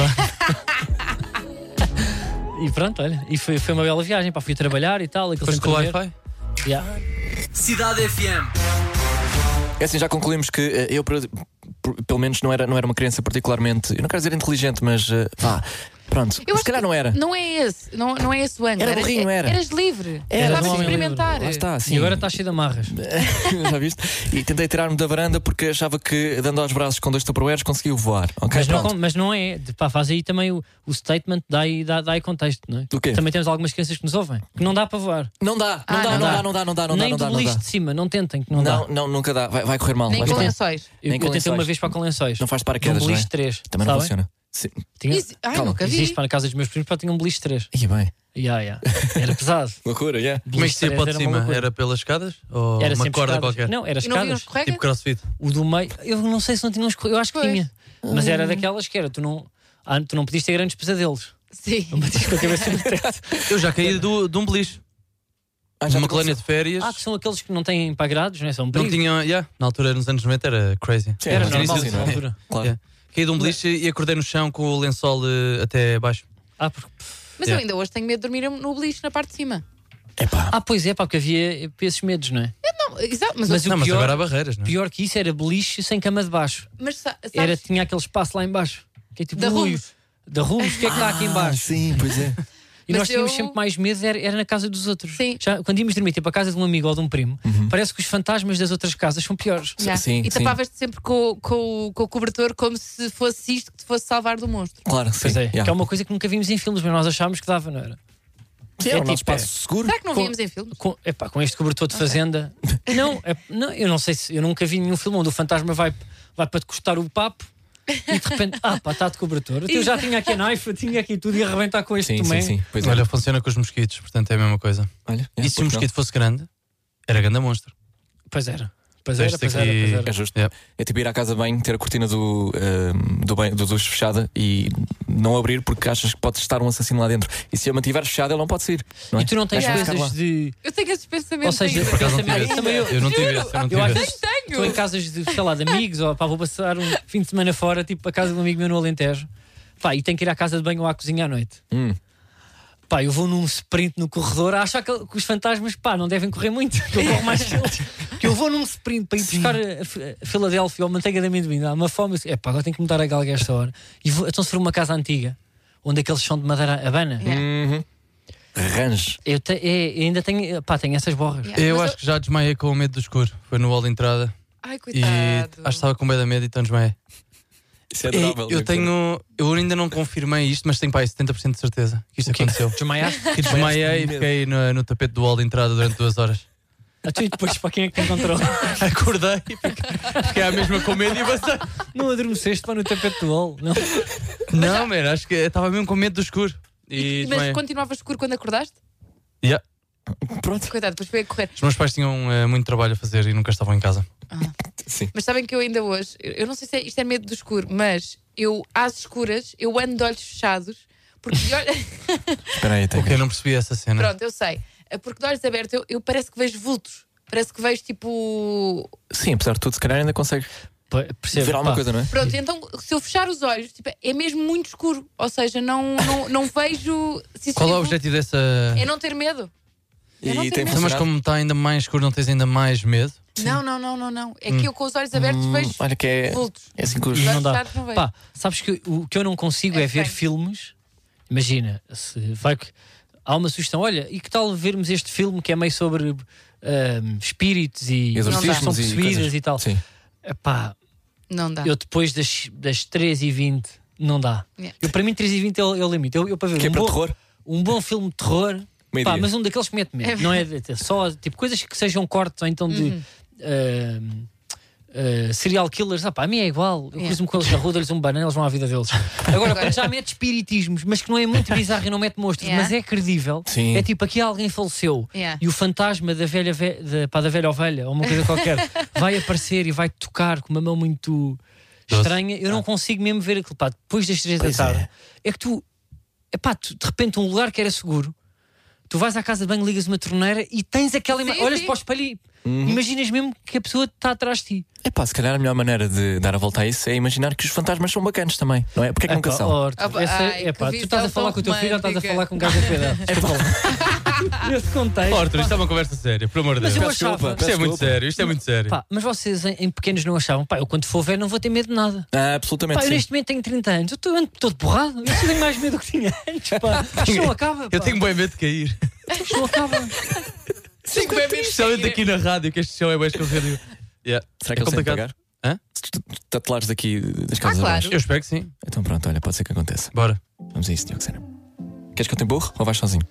Speaker 6: e pronto, olha. E foi, foi uma bela viagem. Pá, fui trabalhar e tal. aquele
Speaker 5: Foste com o Ah,
Speaker 6: Santarém.
Speaker 5: Wi-Fi?
Speaker 6: Yeah.
Speaker 1: Cidade FM.
Speaker 3: É assim, já concluímos que eh, eu, por- por- pelo menos, não era, não era uma criança particularmente. Eu não quero dizer inteligente, mas. eh, vá. Pronto.
Speaker 4: Eu
Speaker 3: Mas
Speaker 4: acho
Speaker 3: se calhar
Speaker 4: que
Speaker 3: não era.
Speaker 4: Não é esse, não, não é esse o ângulo.
Speaker 3: Era burrinho, era.
Speaker 4: Eras livre.
Speaker 3: Era,
Speaker 4: Estavas
Speaker 6: um
Speaker 4: a
Speaker 6: homem livre.
Speaker 4: experimentar.
Speaker 3: Lá está, Tá, sim. É,
Speaker 6: E agora está cheio de amarras.
Speaker 3: (laughs) já viste? E tentei tirar-me da varanda porque achava que, dando aos braços com dois tupperwares, conseguia voar. Ok,
Speaker 6: Mas não,
Speaker 3: pronto.
Speaker 6: com- mas não é. De- Pá, faz aí também o, o statement, dá aí, dá, dá aí contexto, não é?
Speaker 3: Do quê?
Speaker 6: Também temos algumas crianças que nos ouvem. Que não dá para voar.
Speaker 3: Não dá, não
Speaker 4: Ah,
Speaker 3: dá,
Speaker 4: não
Speaker 3: não
Speaker 6: dá.
Speaker 3: dá, não dá, não dá, não dá,
Speaker 6: Nem
Speaker 3: não
Speaker 6: do
Speaker 3: dá, não dá.
Speaker 6: de cima, não tentem, que não, dá.
Speaker 3: Não, não, nunca dá. Vai, vai correr mal.
Speaker 4: Nem
Speaker 3: Vais
Speaker 4: com
Speaker 3: ter-
Speaker 4: lençóis.
Speaker 6: Eu,
Speaker 3: nem com
Speaker 6: eu tentei uma
Speaker 3: lençóis.
Speaker 6: vez para com lençóis.
Speaker 3: Não faz
Speaker 6: de um
Speaker 3: paraquedas, não
Speaker 6: beliche
Speaker 3: é?
Speaker 6: 3.
Speaker 3: Também não funciona. Sim.
Speaker 6: Tinha,
Speaker 4: Isso- Ai,
Speaker 3: Calma.
Speaker 4: nunca vi.
Speaker 6: existe para na casa dos meus primos, para tinha um beliche 3.
Speaker 3: E bem.
Speaker 6: Yeah, yeah. Era pesado.
Speaker 3: Loucura, yeah.
Speaker 5: Como é que se ia
Speaker 6: Era
Speaker 5: para de
Speaker 6: uma
Speaker 5: cima?
Speaker 6: loucura.
Speaker 5: Era pelas escadas? Ou uma
Speaker 6: Era sempre
Speaker 5: corda
Speaker 6: escadas.
Speaker 5: qualquer?
Speaker 6: Não, era
Speaker 4: E não havia uns
Speaker 6: escadas.
Speaker 5: Tipo
Speaker 4: escorregas?
Speaker 5: crossfit.
Speaker 6: O do meio, eu não sei se não tinha uns. Eu acho que
Speaker 4: Pois.
Speaker 6: tinha. Mas era daquelas que era, tu não, ah, tu não podias ter grandes pesadelos.
Speaker 3: (laughs)
Speaker 6: (laughs)
Speaker 4: Sim.
Speaker 6: Batias com a cabeça no
Speaker 4: (laughs)
Speaker 6: teto.
Speaker 5: Eu já caí do, de um beliche.
Speaker 3: Ah, já te
Speaker 5: Numa
Speaker 3: aconteceu?
Speaker 5: colónia de férias.
Speaker 6: Ah, que são aqueles que não têm pagrados, não é? São um
Speaker 5: Não
Speaker 6: perigo.
Speaker 5: tinha. yeah, na altura, nos anos 90, era crazy.
Speaker 3: Sim,
Speaker 6: Era
Speaker 3: mas
Speaker 5: no
Speaker 6: normal
Speaker 5: início-
Speaker 3: sim,
Speaker 6: na
Speaker 3: não é?
Speaker 6: altura.
Speaker 3: Claro.
Speaker 5: Yeah. Caí de um beliche e acordei no chão com o lençol eh, até baixo.
Speaker 6: Ah, porque-
Speaker 4: Mas eu
Speaker 3: É.
Speaker 5: Yeah.
Speaker 4: ainda hoje tenho medo de dormir no beliche, na parte de cima.
Speaker 3: Epá.
Speaker 6: ah, pois é, pá, porque havia esses medos, não é?
Speaker 4: Não, exato, mas,
Speaker 6: Mas
Speaker 4: eu-
Speaker 5: não,
Speaker 6: o
Speaker 5: mas
Speaker 6: pior,
Speaker 5: agora há barreiras, não é?
Speaker 6: pior que isso era beliche sem cama de baixo.
Speaker 4: mas sa- sabes,
Speaker 6: Era, tinha aquele espaço lá em baixo. Que é tipo,
Speaker 4: Da
Speaker 6: ui,
Speaker 4: Rubes.
Speaker 6: Da Rubes, o que é que está aqui em
Speaker 3: Ah,
Speaker 6: baixo?
Speaker 3: sim, pois
Speaker 6: (laughs)
Speaker 3: é.
Speaker 6: E
Speaker 4: Mas
Speaker 6: nós tínhamos
Speaker 4: eu-
Speaker 6: sempre mais medo, era, era na casa dos outros.
Speaker 4: Sim.
Speaker 6: Já, quando íamos dormir, tipo, a casa de um amigo ou de um primo,
Speaker 5: Uhum.
Speaker 6: parece que os fantasmas das outras casas são piores.
Speaker 4: Yeah.
Speaker 3: sim,
Speaker 4: e
Speaker 3: sim.
Speaker 4: tapavas-te sempre com, com, o- com o cobertor como se fosse isto que te fosse salvar do monstro.
Speaker 3: Claro, sim.
Speaker 6: Pois é,
Speaker 3: yeah.
Speaker 6: que é uma coisa que nunca vimos em filmes, mas nós achávamos que dava, não era?
Speaker 3: Sim,
Speaker 6: é
Speaker 3: é um
Speaker 6: tipo,
Speaker 3: nosso espaço
Speaker 6: é.
Speaker 3: seguro.
Speaker 4: Será que não
Speaker 6: Com-
Speaker 4: víamos em filmes?
Speaker 6: Com, epá, com este cobertor de fazenda. Não, é- não, eu não sei se. Eu nunca vi nenhum filme onde o fantasma vai, vai para te cortar o papo e de repente, ah pá, está de cobertor. Eu já tinha aqui a knife, eu tinha aqui tudo e arrebentar com este
Speaker 3: Sim,
Speaker 6: tomé.
Speaker 3: sim, sim. Pois é.
Speaker 5: Olha, funciona com os mosquitos, portanto é a mesma coisa.
Speaker 3: Olha, é,
Speaker 5: E se o mosquito fosse grande, era grande monstro.
Speaker 6: Pois era. Pois era,
Speaker 5: Este
Speaker 6: pois era,
Speaker 5: aqui-
Speaker 6: pois
Speaker 3: É
Speaker 6: era.
Speaker 3: justo.
Speaker 5: Yeah.
Speaker 3: É tipo ir à casa de banho, ter a cortina do, ehm, do, banho, do duche fechada e não abrir porque achas que pode estar um assassino lá dentro. E se eu mantiver fechada, ele não pode sair. Não é?
Speaker 6: E tu não tens
Speaker 3: Acho que ficar
Speaker 6: coisas
Speaker 3: lá.
Speaker 6: de.
Speaker 4: Eu tenho esses
Speaker 6: Ou
Speaker 4: pensamentos.
Speaker 6: seja,
Speaker 4: ainda.
Speaker 5: Por acaso não tive
Speaker 6: também-
Speaker 5: esse.
Speaker 6: também eu-
Speaker 5: Eu não tive esse, eu não
Speaker 6: eu às
Speaker 5: tive esse.
Speaker 6: vezes estou em casas de, sei lá, de amigos ou pá, vou passar um fim de semana fora, tipo a casa de um amigo meu no Alentejo, pá, e tenho que ir à casa de banho ou à cozinha à noite.
Speaker 3: Hum.
Speaker 6: Pá, eu vou num sprint no corredor a achar que, que os fantasmas, pá, não devem correr muito, que eu corro mais que eles. (laughs) Que eu vou num sprint para ir buscar a, F- a Filadélfia ou a manteiga de amendoim, dá uma fome, é pá, agora tenho que mudar a galga a esta hora. E vou, então se for uma casa antiga, onde aqueles são de madeira habana,
Speaker 4: Yeah.
Speaker 6: Uhum.
Speaker 3: Range.
Speaker 6: eu, te- é- eu ainda tenho, pá, tenho essas borras.
Speaker 4: Yeah.
Speaker 5: Eu
Speaker 4: Mas
Speaker 5: acho que já desmaiei com o medo do escuro. Foi no hall de entrada e
Speaker 4: Ai,
Speaker 5: acho
Speaker 4: coitado.
Speaker 5: que estava com medo da medo e então desmaiei.
Speaker 3: Isso é
Speaker 5: E
Speaker 3: adorável.
Speaker 5: eu tenho. Eu ainda não confirmei isto, mas tenho pá, aí 70% de certeza que isto aconteceu.
Speaker 6: (laughs) Desmaiaste?
Speaker 5: (laughs) Que desmaiei e fiquei no, no tapete do hall de entrada durante duas horas.
Speaker 6: Ah, tu E depois para quem é que te encontrou?
Speaker 5: (laughs) Acordei, fiquei, fiquei à mesma com medo e passei.
Speaker 6: Não adormeceste para no tapete do hall. Não.
Speaker 5: Não, man, acho que eu estava mesmo com medo do escuro. E,
Speaker 4: Mas
Speaker 5: desmaiei.
Speaker 4: continuavas escuro quando acordaste?
Speaker 5: é? Yeah.
Speaker 3: Pronto.
Speaker 4: Coitado, depois foi a correr.
Speaker 5: Os meus pais tinham eh, muito trabalho a fazer e nunca estavam em casa.
Speaker 4: Mas sabem que eu ainda hoje, eu eu não sei se é- isto é medo do escuro, mas eu, às escuras, eu ando de olhos fechados, porque de olhos. (laughs)
Speaker 3: Espera aí, tenho.
Speaker 5: Porque eu não percebi essa cena.
Speaker 4: Pronto, eu sei. É Porque de olhos abertos eu, eu parece que vejo vultos. Parece que vejo tipo.
Speaker 3: Sim, apesar de tudo, se calhar ainda consegue
Speaker 6: Pá, Percebo.
Speaker 3: ver alguma
Speaker 6: pá.
Speaker 3: coisa, não é?
Speaker 4: Pronto, então se eu fechar os olhos, tipo, é mesmo muito escuro. Ou seja, não, não, não vejo. se isso
Speaker 5: Qual é
Speaker 4: é
Speaker 5: o
Speaker 4: vulto.
Speaker 5: objetivo dessa.
Speaker 4: É não ter medo. Eu não
Speaker 3: E
Speaker 4: tenho
Speaker 3: tem
Speaker 5: Então,
Speaker 4: medo.
Speaker 5: mas
Speaker 3: funcionado.
Speaker 5: como está ainda mais escuro, não tens ainda mais medo?
Speaker 4: Não, não, não, não, não. É que eu com os olhos abertos vejo
Speaker 3: Olha que é.
Speaker 4: vultos.
Speaker 3: É assim que os.
Speaker 4: Não
Speaker 6: Não dá.
Speaker 4: fechados não vejo.
Speaker 6: Pá, sabes que o que eu não consigo
Speaker 4: É
Speaker 6: é, ver
Speaker 4: estranho.
Speaker 6: filmes. Imagina, se vai que há uma sugestão, olha, e que tal vermos este filme que é meio sobre ahm, espíritos e pessoas que são
Speaker 3: Exorcismos e
Speaker 6: possuídas
Speaker 3: coisas. assim.
Speaker 6: e, tal.
Speaker 3: Sim.
Speaker 6: Pá,
Speaker 4: Não dá.
Speaker 6: eu depois das, das 3h20 não dá.
Speaker 4: Yeah.
Speaker 6: Eu, para mim, 3h20 é o é o limite. Eu, eu para ver
Speaker 3: Que é
Speaker 6: um
Speaker 3: para
Speaker 6: bom-
Speaker 3: terror.
Speaker 6: um bom filme de terror,
Speaker 3: Meio-dia.
Speaker 6: pá, mas um daqueles que (laughs) Uhum. mete medo. Não é de- de- só tipo coisas que sejam cortes ou então de. ah, eh, serial killers, ah, pá, a mim é igual. Eu
Speaker 4: Yeah.
Speaker 6: cruzo-me com eles na rua, dou-lhes um banana, eles vão à vida (laughs) deles. Agora, quando já mete espiritismos, mas que não é muito bizarro e não mete monstros,
Speaker 4: Yeah.
Speaker 6: mas é credível.
Speaker 3: Sim.
Speaker 6: É tipo, aqui alguém faleceu
Speaker 4: Yeah.
Speaker 6: e o fantasma da velha, ve da, pá, da velha ovelha, ou uma coisa
Speaker 4: (laughs)
Speaker 6: qualquer, vai aparecer e vai tocar com uma mão muito estranha. Eu não consigo mesmo ver aquilo, pá, depois das três da
Speaker 3: Ah. Pois
Speaker 6: tarde. É, que tu, é pá, tu, de repente, um lugar que era seguro. Tu vais à casa de banho, ligas uma torneira e tens aquela imagem.
Speaker 4: Sim,
Speaker 6: Olhas
Speaker 4: sim.
Speaker 6: para o espelho e
Speaker 3: Uhum.
Speaker 6: imaginas mesmo que a pessoa está atrás de ti.
Speaker 3: É pá, se calhar a melhor maneira de dar a volta a isso é imaginar que os fantasmas são bacanas também, não é? Porque é que nunca
Speaker 6: Epá,
Speaker 3: são?
Speaker 6: oh, Arthur,
Speaker 4: Opa,
Speaker 6: essa-
Speaker 4: Ah, ai,
Speaker 6: epá,
Speaker 4: que
Speaker 6: tu estás a
Speaker 4: visão
Speaker 6: falar com o teu
Speaker 4: tão
Speaker 6: filho ou estás a
Speaker 4: romântica.
Speaker 6: falar com um gajo a pedra?
Speaker 3: (laughs) É
Speaker 6: Nesse contexto.
Speaker 5: Arthur, isto é uma conversa séria, pelo amor de
Speaker 6: Mas
Speaker 5: Deus.
Speaker 6: eu
Speaker 3: Peço
Speaker 6: achava.
Speaker 5: Isto é muito
Speaker 3: desculpa.
Speaker 5: sério, isto é muito sério.
Speaker 6: Pá, mas vocês em, em pequenos não achavam, pá, eu quando for velho não vou ter medo de nada.
Speaker 3: Ah,
Speaker 6: Pá,
Speaker 3: absolutamente
Speaker 6: eu
Speaker 3: sim.
Speaker 6: neste momento tenho 30 anos, eu estou- ando todo borrado, eu tenho mais medo do que tinha antes, pá. (laughs) Isto não acaba. Pá.
Speaker 5: Eu tenho bem medo de cair.
Speaker 6: Isto não acaba.
Speaker 4: Sim, bem
Speaker 5: Especialmente aqui na rádio, que este chão é bem escorrego. Yeah.
Speaker 3: Será que eles têm
Speaker 5: é
Speaker 3: de
Speaker 5: complicado.
Speaker 3: pagar?
Speaker 5: Hã?
Speaker 3: Se tu tu tatelares daqui das casas
Speaker 4: Ah, claro.
Speaker 3: abaixo.
Speaker 5: Eu espero que sim.
Speaker 3: Então pronto, olha, pode ser que aconteça.
Speaker 5: Bora.
Speaker 3: Vamos a isso, Dioxena. Queres que eu te emburre ou vais sozinho?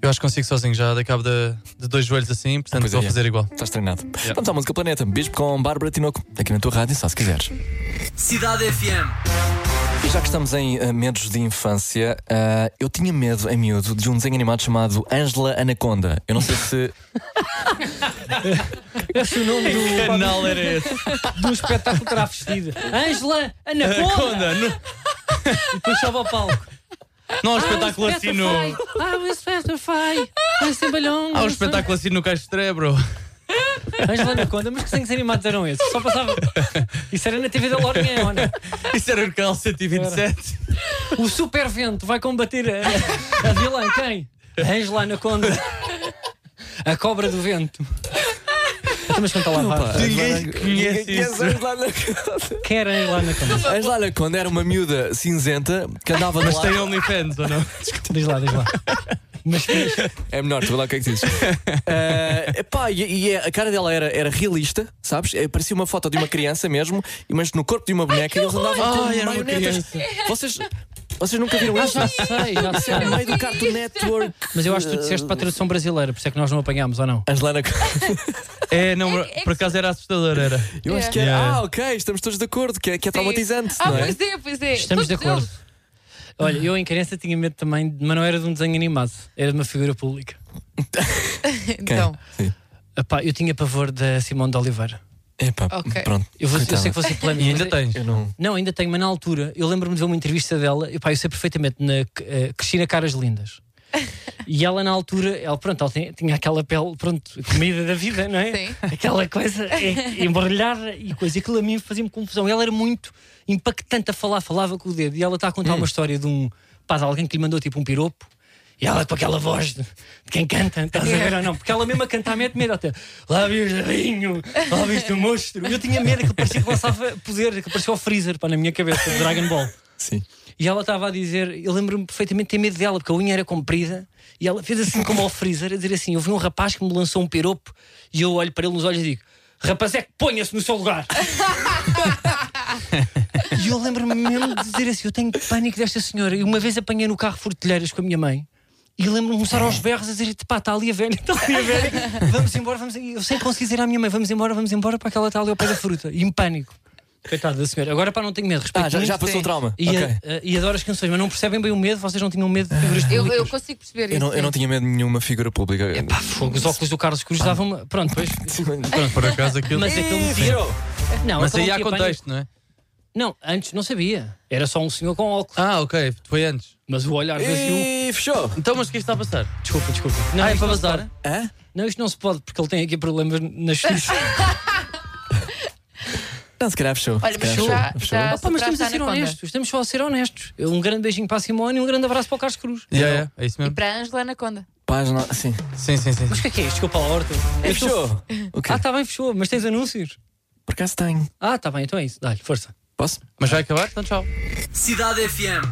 Speaker 5: Eu acho que consigo sozinho, já dei cabo de, de dois joelhos assim, portanto
Speaker 3: Pois é,
Speaker 5: vou
Speaker 3: é.
Speaker 5: fazer igual.
Speaker 3: Estás treinado. Vamos à música Planeta. Bispo com Bárbara Tinoco. Aqui na tua rádio, só se quiseres.
Speaker 1: Cidade FM.
Speaker 3: E já que estamos em eh, medos de infância, ah, eu tinha medo em miúdo de um desenho animado chamado Angela Anaconda. Eu não sei
Speaker 5: (laughs)
Speaker 3: se.
Speaker 6: Esse é o nome do,
Speaker 5: Canal era esse.
Speaker 6: do espetáculo que terá vestido. Ângela Anaconda!
Speaker 5: Conda, não,
Speaker 6: E puxava ao palco.
Speaker 5: não há um espetáculo assim no.
Speaker 6: Ah, o Spotify! Vai ser balão!
Speaker 5: Há um espetáculo assim no Caixo de Tré, bro.
Speaker 6: Ângela Anaconda, mas que desenhos animados eram esses? Só passava. Isso era na TV da Lorinha, ou não?
Speaker 5: Isso era o canal 127.
Speaker 6: O super vento vai combater a, a vilã quem? A Angela Anaconda. A cobra do vento. Então, mas conta lá, vá.
Speaker 5: Ninguém conhece É isso.
Speaker 6: Quem era a Angela Anaconda?
Speaker 3: Angela Anaconda era uma miúda cinzenta que andava no
Speaker 5: Mas
Speaker 3: ar.
Speaker 5: tem OnlyFans ou não?
Speaker 6: Diz lá, (laughs) diz lá. Mas diz.
Speaker 3: É menor, tu vê lá o que é que
Speaker 5: (laughs)
Speaker 3: dizes. Eh, epá, e, e é- a cara dela era, era realista, sabes? Eh, parecia uma foto de uma criança mesmo, mas no corpo de uma boneca e eles andavam com
Speaker 5: Ai, era uma
Speaker 3: marionetas. Vocês, vocês nunca viram isso?
Speaker 6: Ah, já sei, já
Speaker 3: Isso era no meio
Speaker 6: sei.
Speaker 3: do Cartoon Network.
Speaker 6: Mas eu acho que tu disseste para a tradução brasileira, por isso é que nós não apanhámos, ou não?
Speaker 3: Angela Anaconda.
Speaker 5: É, não, bro, por acaso era assustador, era.
Speaker 3: Eu acho que é.
Speaker 5: Yeah.
Speaker 3: Ah, ok, estamos todos de acordo, que é, que é traumatizante,
Speaker 4: Ah,
Speaker 3: não é?
Speaker 4: pois é, pois é.
Speaker 6: Estamos de
Speaker 4: Todos
Speaker 6: acordo.
Speaker 4: eles.
Speaker 6: Olha, eu em criança tinha medo também, de- mas não era de um desenho animado, era de uma figura pública.
Speaker 4: Então,
Speaker 3: Sim.
Speaker 6: Epá, eu tinha pavor da Simone de Oliveira.
Speaker 3: Epá,
Speaker 4: Ok.
Speaker 3: pronto.
Speaker 6: Eu, vou- eu
Speaker 3: Coitada.
Speaker 6: sei que você
Speaker 5: E
Speaker 6: polémico.
Speaker 5: ainda
Speaker 6: mas-
Speaker 5: tens.
Speaker 3: Eu não.
Speaker 6: Não, ainda tenho, mas na altura eu lembro-me de ver uma entrevista dela, e pá, eu sei perfeitamente, na eh, Cristina Caras Lindas. E ela na altura, ela, pronto, ela tinha, tinha aquela pele, pronto, comida da vida, não é?
Speaker 4: Sim.
Speaker 6: Aquela coisa eh, embaralhada e coisa, aquilo a mim fazia-me confusão. Ela era muito impactante a falar, falava com o dedo. E ela está a contar uma história de um pá, de alguém que lhe mandou tipo um piropo. E ela com aquela voz de, de quem canta, estás a ver ou não? Porque ela mesmo a cantar mete medo até. Lá vi o jarrinho, lá viste o monstro. Eu tinha medo que parecia que lançava poder, que parecia o freezer pá, na minha cabeça, de Dragon Ball.
Speaker 3: Sim.
Speaker 6: E ela estava a dizer, eu lembro-me perfeitamente de ter medo dela, porque a unha era comprida, e ela fez assim como ao freezer, a dizer assim: Eu vi um rapaz que me lançou um piropo, e eu olho para ele nos olhos e digo: Rapaz, é que ponha-se no
Speaker 3: (laughs)
Speaker 6: seu lugar. e eu lembro-me mesmo de dizer assim: Eu tenho pânico desta senhora. E uma vez apanhei no carro fortelheiras com a minha mãe. E lembro-me de começar aos berros a dizer: pá, está ali a velha, está ali a velha, vamos embora, vamos embora. Eu sem conseguir dizer à minha mãe: vamos embora, vamos embora, para que ela está ali ao pé da fruta. E em pânico. Coitada da senhora. Agora, pá, não tenho medo, respeito.
Speaker 3: Ah, já,
Speaker 6: muito.
Speaker 3: já passou o trauma.
Speaker 6: E,
Speaker 3: ok.
Speaker 6: a- a- Eh, e adoro as canções, mas não percebem bem o medo, vocês não tinham medo de figuras
Speaker 4: eu,
Speaker 6: públicas.
Speaker 4: eu consigo perceber isso.
Speaker 3: Eu não, eu não tinha medo de nenhuma figura pública.
Speaker 6: Pá, fogo, os óculos do Carlos Cruz davam-me. Pronto, pois.
Speaker 5: Pronto, por acaso aquilo.
Speaker 6: Mas aquele motivo.
Speaker 3: Virou.
Speaker 6: Não,
Speaker 5: Mas
Speaker 6: aquele
Speaker 5: aí
Speaker 6: não
Speaker 5: há
Speaker 6: tinha
Speaker 5: contexto, não é?
Speaker 6: pânico. Não, antes não sabia. Era só um senhor com óculos.
Speaker 5: Ah, ok, foi antes.
Speaker 6: Mas o olhar vazio.
Speaker 3: (laughs) E fechou.
Speaker 5: Então, mas o que é que está a passar?
Speaker 6: Desculpa, desculpa. Não,
Speaker 5: ah, é
Speaker 6: isto
Speaker 5: para
Speaker 6: não se
Speaker 5: bazar?
Speaker 6: pode.
Speaker 3: Hã?
Speaker 6: Não, isto não se pode, porque ele tem aqui problemas na justiça.
Speaker 3: Não, se calhar fechou.
Speaker 4: Olha,
Speaker 3: Se
Speaker 4: mas
Speaker 3: calhar
Speaker 4: já-
Speaker 3: fechou.
Speaker 4: já-
Speaker 3: fechou.
Speaker 6: Opa, mas estamos a
Speaker 4: Superaste
Speaker 6: ser
Speaker 4: a Anaconda.
Speaker 6: honestos, estamos só a ser honestos. Um grande beijinho para a Simone e um grande abraço para o Carlos Cruz.
Speaker 5: Yeah, yeah, é isso
Speaker 4: E
Speaker 5: mesmo.
Speaker 4: para a Angela Anaconda.
Speaker 3: Página. Sim.
Speaker 5: Sim, sim, sim.
Speaker 6: Mas o que é que é isto? Desculpa a horta. Eu estou-
Speaker 3: Fechou.
Speaker 6: (laughs)
Speaker 3: Ok.
Speaker 6: Ah, está bem, fechou, mas tens anúncios?
Speaker 3: Por acaso tenho.
Speaker 6: Ah, está bem, então é isso. Dá-lhe, força.
Speaker 3: Posso?
Speaker 5: Mas vai acabar? Então tchau.
Speaker 1: Cidade FM.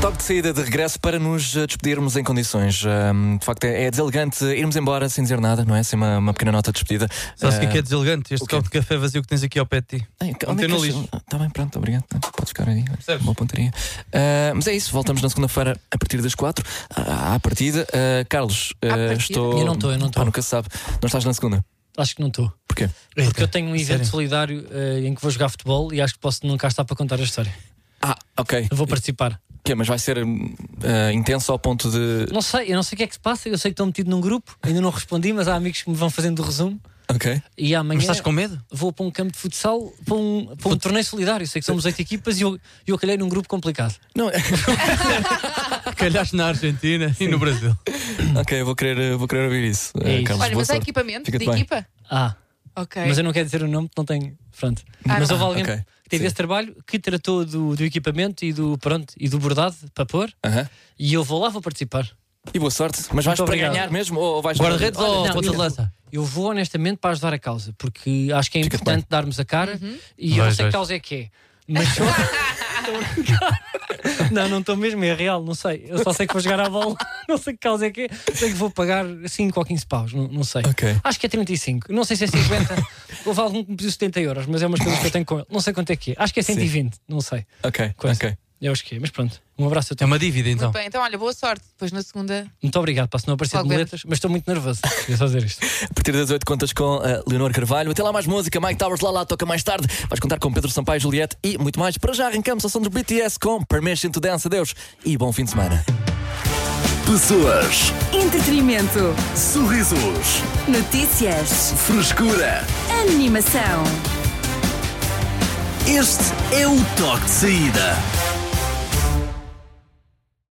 Speaker 3: Toque de saída de regresso para nos eh, despedirmos em condições. Ahm, de facto, é, é deselegante irmos embora sem dizer nada, não é? Sem uma, uma pequena nota de despedida.
Speaker 5: Sabes o que é que é
Speaker 3: Eh,
Speaker 5: deselegante? Este
Speaker 3: o quê?
Speaker 5: copo de café vazio que tens aqui ao pé de ti.
Speaker 3: Ei, onde
Speaker 5: Ontem
Speaker 3: é que
Speaker 5: no
Speaker 3: achas-
Speaker 5: lixo.
Speaker 3: Ah, Tá bem, pronto, obrigado. Ah, Podes ficar aí.
Speaker 5: Percebes?
Speaker 3: Boa pontaria. Ah, mas é isso, voltamos na segunda-feira a partir das quatro à, à partida. Ah, Carlos, ah,
Speaker 4: partida?
Speaker 3: estou.
Speaker 6: Eu não estou, eu não estou.
Speaker 3: Pá, nunca se sabe. Não estás na segunda?
Speaker 6: Acho que não estou.
Speaker 3: Porquê?
Speaker 6: Porque eu tenho um evento
Speaker 5: sério?
Speaker 6: solidário eh, em que vou jogar futebol e acho que posso nunca estar para contar a história.
Speaker 3: Ah, ok.
Speaker 6: Eu vou participar.
Speaker 3: Quê, mas vai ser hum, ah, intenso ao ponto de.
Speaker 6: Não sei, eu não sei o que é que se passa. Eu sei que estou metido num grupo, ainda não respondi, mas há amigos que me vão fazendo o resumo.
Speaker 3: Ok.
Speaker 6: E amanhã
Speaker 5: Mas estás com medo?
Speaker 6: vou para um campo de futsal, para um, para um torneio solidário. Sei que somos oito equipas e eu, eu calhei num grupo complicado.
Speaker 3: Não,
Speaker 5: (laughs) Calhaste na Argentina e no Brasil.
Speaker 3: (coughs) ok, eu vou querer, eh, vou querer ouvir isso.
Speaker 6: É
Speaker 3: eh,
Speaker 6: isso.
Speaker 3: Carlos,
Speaker 4: Olha,
Speaker 3: boa
Speaker 4: mas há
Speaker 3: sorte.
Speaker 4: equipamento
Speaker 3: Fica-te
Speaker 4: de
Speaker 3: bem.
Speaker 4: equipa?
Speaker 6: Ah,
Speaker 4: Ok.
Speaker 6: mas eu não quero dizer o nome, porque não tenho. Pronto.
Speaker 4: Ah,
Speaker 6: mas
Speaker 4: não.
Speaker 6: houve alguém
Speaker 3: Ok,
Speaker 6: que teve
Speaker 3: sim.
Speaker 6: esse trabalho que tratou do, do equipamento e do, pronto, e do bordado para pôr.
Speaker 3: Aham.
Speaker 6: E eu vou lá, vou participar.
Speaker 3: E boa sorte. Mas vais
Speaker 6: Muito
Speaker 3: para
Speaker 6: obrigado.
Speaker 3: ganhar mesmo? Ou vais
Speaker 5: Guarda-redes
Speaker 6: Olha,
Speaker 5: ou
Speaker 6: não,
Speaker 5: ponta de
Speaker 6: eu-
Speaker 5: lança?
Speaker 6: Eu vou honestamente para ajudar a causa, porque acho que é
Speaker 3: Fica-te
Speaker 6: importante darmos a cara e eu não
Speaker 5: Vais,
Speaker 6: sei que
Speaker 5: vais.
Speaker 6: causa é que é. Mas sou... não, não estou mesmo, é real, não sei. Eu só sei que vou jogar à bola, (laughs) não sei que causa é que é. Sei que vou pagar 5 ou 15 paus, não, não sei.
Speaker 3: Ok.
Speaker 6: Acho que é 35, não sei se é 50. (laughs) Houve algum que me pediu 70 euros, mas é umas coisas que eu tenho com ele. Não sei quanto é que é. Acho que é 120, não sei.
Speaker 3: Ok,
Speaker 6: Coisa.
Speaker 3: ok.
Speaker 6: Eu acho que é, mas pronto. Um abraço a
Speaker 5: É
Speaker 6: todos.
Speaker 5: uma dívida então.
Speaker 4: Muito bem, então olha, boa sorte. Depois na segunda.
Speaker 6: Muito obrigado, para se não aparecer de
Speaker 4: Logo vemos.
Speaker 6: muletas, mas estou muito nervoso. Queria só dizer isto.
Speaker 3: A partir das 8 contas com a Leonor Carvalho. Até lá mais música. Mike Towers lá lá toca mais tarde. Vais contar com Pedro Sampaio, Juliette e muito mais. Para já arrancamos a som dos BTS com Permission to Dance. Adeus e bom fim de semana.
Speaker 8: Pessoas,
Speaker 2: Entretenimento.
Speaker 8: sorrisos,
Speaker 2: Notícias.
Speaker 8: frescura.
Speaker 2: Animação.
Speaker 8: Este é o toque de saída.